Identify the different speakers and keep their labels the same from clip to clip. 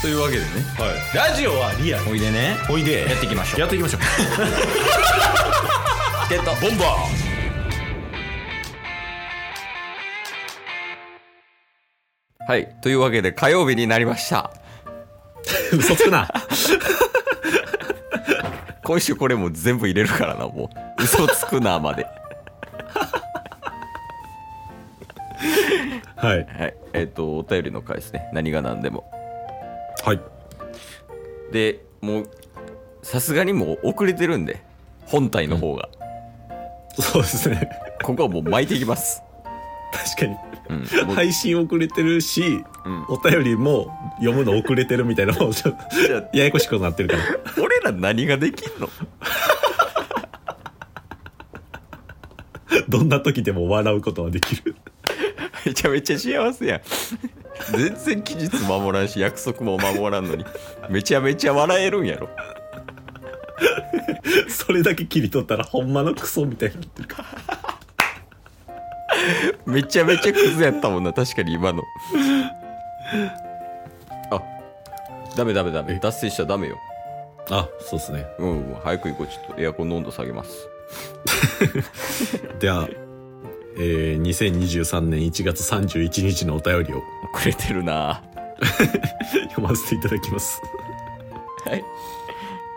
Speaker 1: というわけでね
Speaker 2: はい、ラジオはリアル
Speaker 1: おいでね
Speaker 2: おいで
Speaker 1: やっていきましょう
Speaker 2: やっていきましょう
Speaker 1: ってた
Speaker 2: ボンバ
Speaker 1: はいというわけで火曜日になりました
Speaker 2: ー 嘘つくな
Speaker 1: 今週これもう全部入れるからなもう嘘つくな まで
Speaker 2: は
Speaker 1: は
Speaker 2: い
Speaker 1: いえっ、とお便りの回ですね何が何でも
Speaker 2: はい
Speaker 1: でもうさすがにもう遅れてるんで本体の方が、
Speaker 2: そうですね
Speaker 1: ここはもう巻いていきます、
Speaker 2: 確か
Speaker 1: うんも
Speaker 2: に
Speaker 1: う
Speaker 2: 配信遅れてるし、
Speaker 1: うん
Speaker 2: お便りも読むの遅れてるみたいなもうちょっ
Speaker 1: じゃあ
Speaker 2: とややこしくなってるから
Speaker 1: 俺ら何ができんの
Speaker 2: どんな時でも笑うことはできる
Speaker 1: めちゃめちゃ幸せやん全然期日守らんし約束も守らんのにめちゃめちゃ笑えるんやろ
Speaker 2: それだけ切り取ったらほんまのクソみたいになってるから
Speaker 1: めちゃめちゃクズやったもんな確かに今のあダメダメダメ
Speaker 2: え
Speaker 1: 脱線しちゃダメよ
Speaker 2: あそうですね
Speaker 1: うんうん早く行こうちょっとエアコンの温度下げます
Speaker 2: ではえー、2023年1月31日のお便りを
Speaker 1: 遅れてるな
Speaker 2: 読ませていただきます
Speaker 1: はい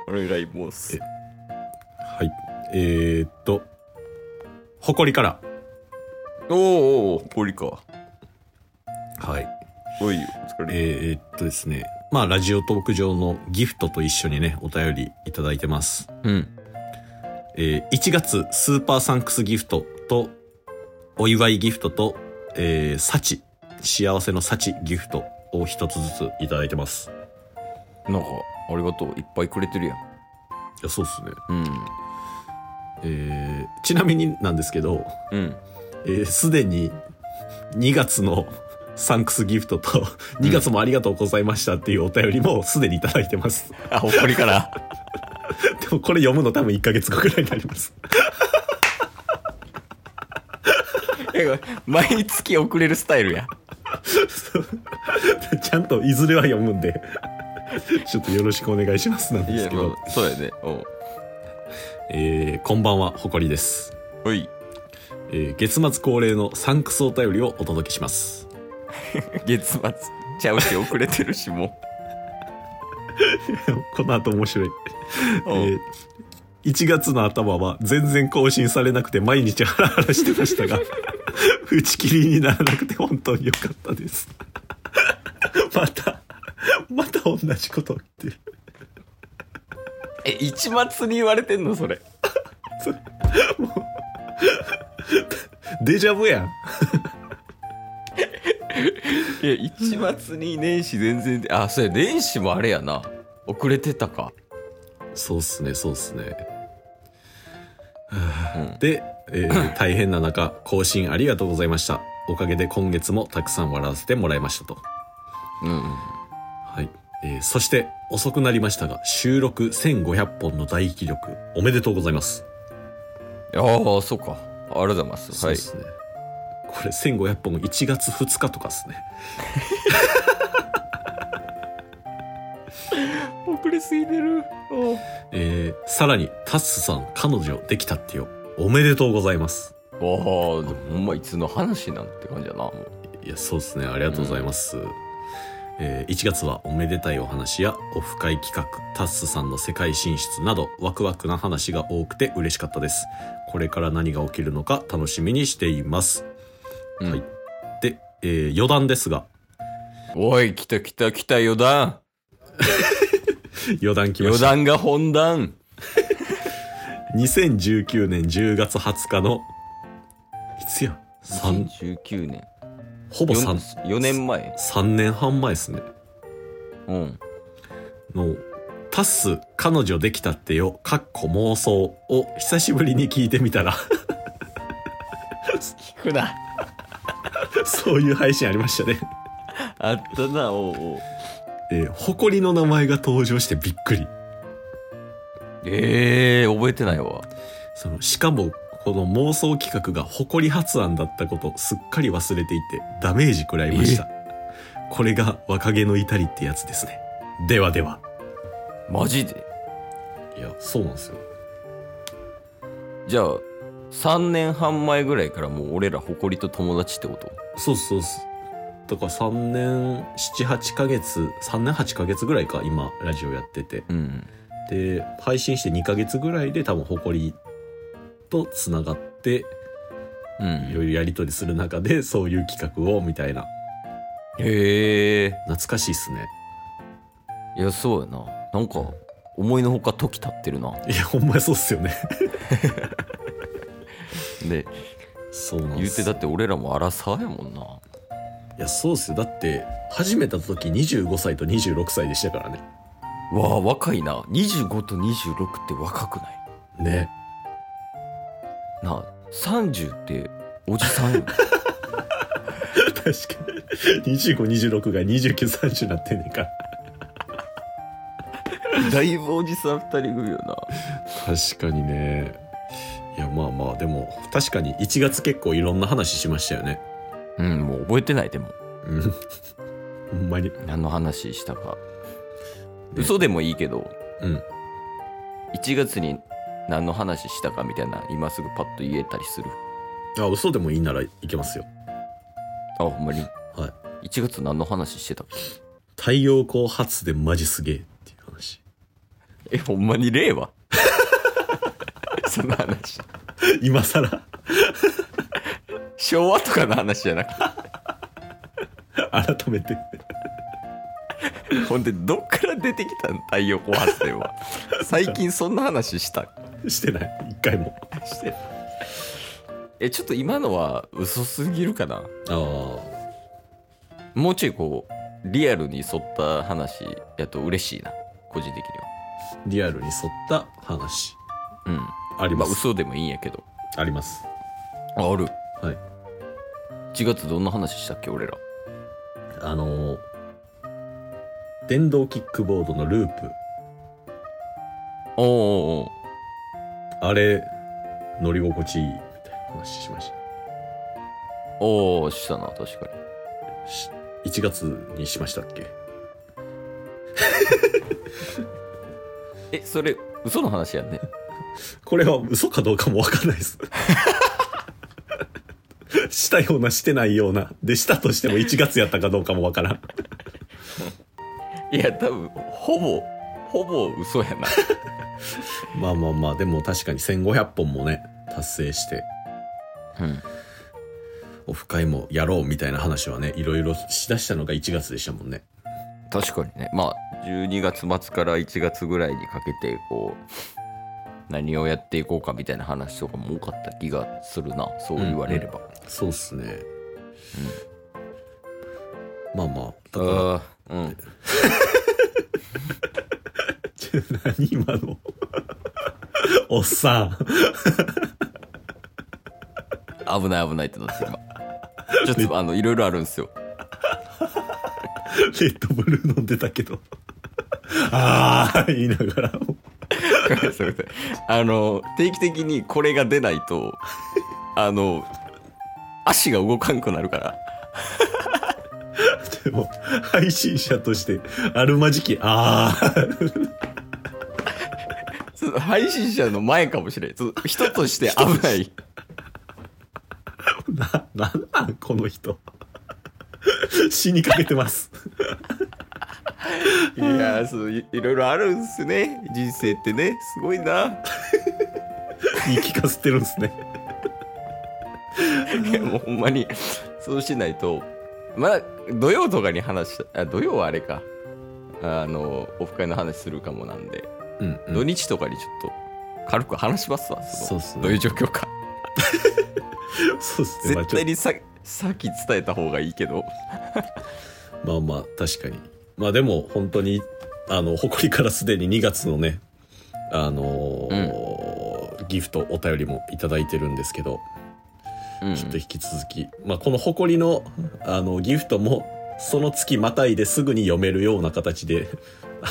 Speaker 1: 俺らもうす
Speaker 2: はいえー、っと「ほこりから
Speaker 1: おーおーおーこりか」
Speaker 2: はい
Speaker 1: おいお疲れ
Speaker 2: えー、っとですねまあラジオトーク上のギフトと一緒にねお便りいただいてます
Speaker 1: うん
Speaker 2: えー1月スーパーサンクスギフトとお祝いギフトと、えー、幸幸せの幸ギフトを一つずついただいてます
Speaker 1: なんかありがとういっぱいくれてるやん
Speaker 2: いやそうですね、
Speaker 1: うん
Speaker 2: えーちなみになんですけど
Speaker 1: うん
Speaker 2: えーすで、に2月のサンクスギフトと2月もありがとうございましたっていうお便りもすでにいただいてます、
Speaker 1: あほっこりから
Speaker 2: でもこれ読むの多分1ヶ月後くらいになります
Speaker 1: え毎月遅れるスタイルや
Speaker 2: ちゃんといずれは読むんで ちょっとよろしくお願いしますなん
Speaker 1: い
Speaker 2: です
Speaker 1: や
Speaker 2: けど、
Speaker 1: そうやねお
Speaker 2: えーこんばんはほこりです、
Speaker 1: おい
Speaker 2: えー月末恒例のサンクスお便りをお届けします
Speaker 1: 月末ちゃうし遅れてるしも
Speaker 2: この後面白い、え
Speaker 1: う、
Speaker 2: ー1月の頭は全然更新されなくて毎日ハラハラしてましたが 打ち切りにならなくて本当に良かったです またまた同じこと言ってる
Speaker 1: え一末に言われてんのそれ
Speaker 2: デジャブやん
Speaker 1: いや一末に年始全然であそうや年始もあれやな遅れてたか
Speaker 2: そうっすね、そうっすね。はあ
Speaker 1: うん
Speaker 2: で、えー 大変な中、更新ありがとうございました。おかげで今月もたくさん笑わせてもらいましたと。
Speaker 1: うん
Speaker 2: はい。えーそして、遅くなりましたが、収録1500本の大記録、おめでとうございます。
Speaker 1: ああそうかありがとうございます
Speaker 2: そう
Speaker 1: は
Speaker 2: っ
Speaker 1: い
Speaker 2: すね。これ1500本1月2日とかっすね。
Speaker 1: 遅れすぎてるお
Speaker 2: えーさらに、タッスさん、彼女できたってよ。おめでとうございます。
Speaker 1: おでもほんまいつの話なんて感じやなもう
Speaker 2: いや、そうですね。ありがとうございます。えー1月はおめでたいお話やオフ会企画、タッスさんの世界進出など、ワクワクな話が多くて嬉しかったです。これから何が起きるのか楽しみにしています。
Speaker 1: うん
Speaker 2: はいで、えー余談ですが、
Speaker 1: おい来た来た来た余談
Speaker 2: 余談来ま
Speaker 1: 余
Speaker 2: した。
Speaker 1: 談が本談
Speaker 2: 2019年10月20日の、いつや三
Speaker 1: 2019年
Speaker 2: ほぼ3、
Speaker 1: 4年前
Speaker 2: 3年半前ですね。
Speaker 1: うん
Speaker 2: の「タス彼女できたってよ」かっこ妄想を久しぶりに聞いてみたら
Speaker 1: 聞くな
Speaker 2: そういう配信ありましたね、
Speaker 1: あったなおうおう
Speaker 2: えー、誇りの名前が登場してびっくり
Speaker 1: ええ覚えてないわ
Speaker 2: そのしかもこの妄想企画が誇り発案だったことすっかり忘れていてダメージ食らいましたこれが若気の至りってやつですねではでは
Speaker 1: マジで
Speaker 2: いやそうなんですよ
Speaker 1: じゃあ3年半前ぐらいからもう俺ら誇りと友達ってこと
Speaker 2: そうそうそうだから3年78ヶ月3年8ヶ月ぐらいか今ラジオやってて
Speaker 1: うん
Speaker 2: で配信して2ヶ月ぐらいで多分誇りとつながって
Speaker 1: う
Speaker 2: い
Speaker 1: ん
Speaker 2: ろいろやり取りする中でそういう企画をみたいな
Speaker 1: へえ
Speaker 2: 懐かしいっすね
Speaker 1: いやそうやななんか思いのほか時経ってるない
Speaker 2: やほんまにそうっすよね
Speaker 1: で
Speaker 2: そうなん
Speaker 1: 言
Speaker 2: で
Speaker 1: うて
Speaker 2: す
Speaker 1: だって俺らも荒さやもんない
Speaker 2: やそうっすよだって始めた時25歳と26歳でしたからね
Speaker 1: わあ若いな25と26って若くない
Speaker 2: ね
Speaker 1: なあ30っておじさんよ
Speaker 2: 確かに2526が2930になってんねんから
Speaker 1: だいぶおじさん2人組よな
Speaker 2: 確かにねいやまあまあでも確かに1月結構いろんな話しましたよね
Speaker 1: うんもう覚えてないでも
Speaker 2: うんほんまに
Speaker 1: 何の話したか嘘でもいいけど
Speaker 2: うん
Speaker 1: 1月に何の話したかみたいな今すぐパッと言えたりする
Speaker 2: あ嘘でもいいならいけますよ
Speaker 1: あほんまに
Speaker 2: はい
Speaker 1: 1月何の話してたっけ
Speaker 2: 太陽光発電マジすげえっていう話
Speaker 1: えほんまに令 和その話
Speaker 2: 今更
Speaker 1: 昭和とかの話じゃなくて
Speaker 2: 改めて
Speaker 1: ほんでどっから出てきたん太陽光発電は最近そんな話した
Speaker 2: してない一回も
Speaker 1: してるえちょっと今のは嘘すぎるかな
Speaker 2: あ
Speaker 1: もうちょいこうリアルに沿った話やと嬉しいな個人的には
Speaker 2: あリアルに沿った話
Speaker 1: うん
Speaker 2: あり
Speaker 1: ま
Speaker 2: ま
Speaker 1: あ
Speaker 2: す、
Speaker 1: 嘘でもいいんやけど
Speaker 2: あります
Speaker 1: あある
Speaker 2: はい
Speaker 1: 1月どんな話したっけ俺ら
Speaker 2: あのー電動キックボードのループ
Speaker 1: おうおうおう
Speaker 2: あれ乗り心地いいみたいな話しました
Speaker 1: おおしたな確か
Speaker 2: し1月にしましたっけ
Speaker 1: にえそれ嘘の話やんね
Speaker 2: これは嘘かどうかもわかんないですしたようなしてないようなでしたとしても1月やったかどうかもわからん
Speaker 1: いや多分ほぼほぼ嘘やな
Speaker 2: まあまあまあでも確かに1500本もね達成して
Speaker 1: うん
Speaker 2: オフ会もやろうみたいな話はねいろいろしだしたのが1月でしたもんね
Speaker 1: 確かにねまあ12月末から1月ぐらいにかけてこう何をやっていこうかみたいな話とかも多かった気がするなそう言われれば、
Speaker 2: そうっすね、まあまあだから
Speaker 1: ああうん
Speaker 2: 何今のおっさん
Speaker 1: 危ない危ないってなって 今ちょっとあのいろいろあるんですよ
Speaker 2: レッドブルー飲んでたけどああ言いながらも
Speaker 1: ごめんなさいごめんなさいあの定期的にこれが出ないとあの足が動かんくなるから
Speaker 2: でも配信者としてあるまじきああ
Speaker 1: その配信者の前かもしれんその人と して危ない
Speaker 2: ななんなんこの人 死にかけてます
Speaker 1: いやーそういいろいろあるんすね人生ってねすごい な
Speaker 2: 言い聞かせてるんですね
Speaker 1: いやもうほんまにそうしないとまあ土曜とかに話したあ土曜はあれかあのオフ会の話するかもなんで、
Speaker 2: うん、
Speaker 1: 土日とかにちょっと軽く話しますわ
Speaker 2: そうっすね
Speaker 1: どういう状況か
Speaker 2: そうっすねまあ
Speaker 1: 絶
Speaker 2: ちょ
Speaker 1: 対にささっき伝えた方がいいけど
Speaker 2: まあまあ確かにまあでも本当にあの誇りからすでに2月のねあのーギフトお便りもいただいてるんですけど
Speaker 1: うん
Speaker 2: ちょっと引き続き、まあ、この誇りのあのギフトもその月またいですぐに読めるような形で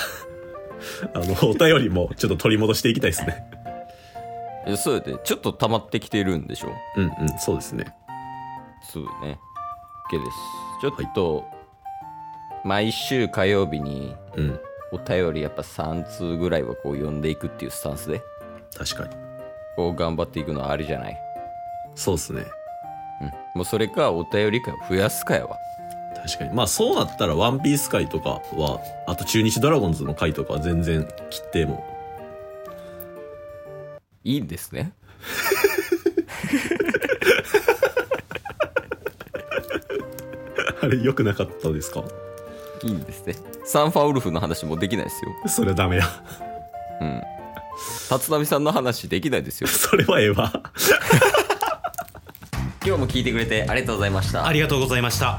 Speaker 2: あのお便りもちょっと取り戻していきたいですね
Speaker 1: いやそうやでちょっと溜まってきてるんでしょ
Speaker 2: うんうんそうですね
Speaker 1: そうね OK ですちょっと、毎週火曜日に
Speaker 2: うん
Speaker 1: お便りやっぱ3通ぐらいはこう読んでいくっていうスタンスで
Speaker 2: 確かに
Speaker 1: こう頑張っていくのはありじゃない、
Speaker 2: そうですね
Speaker 1: うん、もうそれかお便り会を増やすかやわ
Speaker 2: 確かにまあそうなったら「ワンピース回とかはあと中日ドラゴンズの回とかは全然切っても
Speaker 1: いいんですね
Speaker 2: あれ良くなかったですか
Speaker 1: いいんですねサンファウルフの話もできないですよ
Speaker 2: それはダメや
Speaker 1: うん立浪さんの話できないですよ
Speaker 2: それはええわ
Speaker 1: 今日も聞いてくれてありがとうございました
Speaker 3: ありがとうございました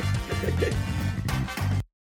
Speaker 3: す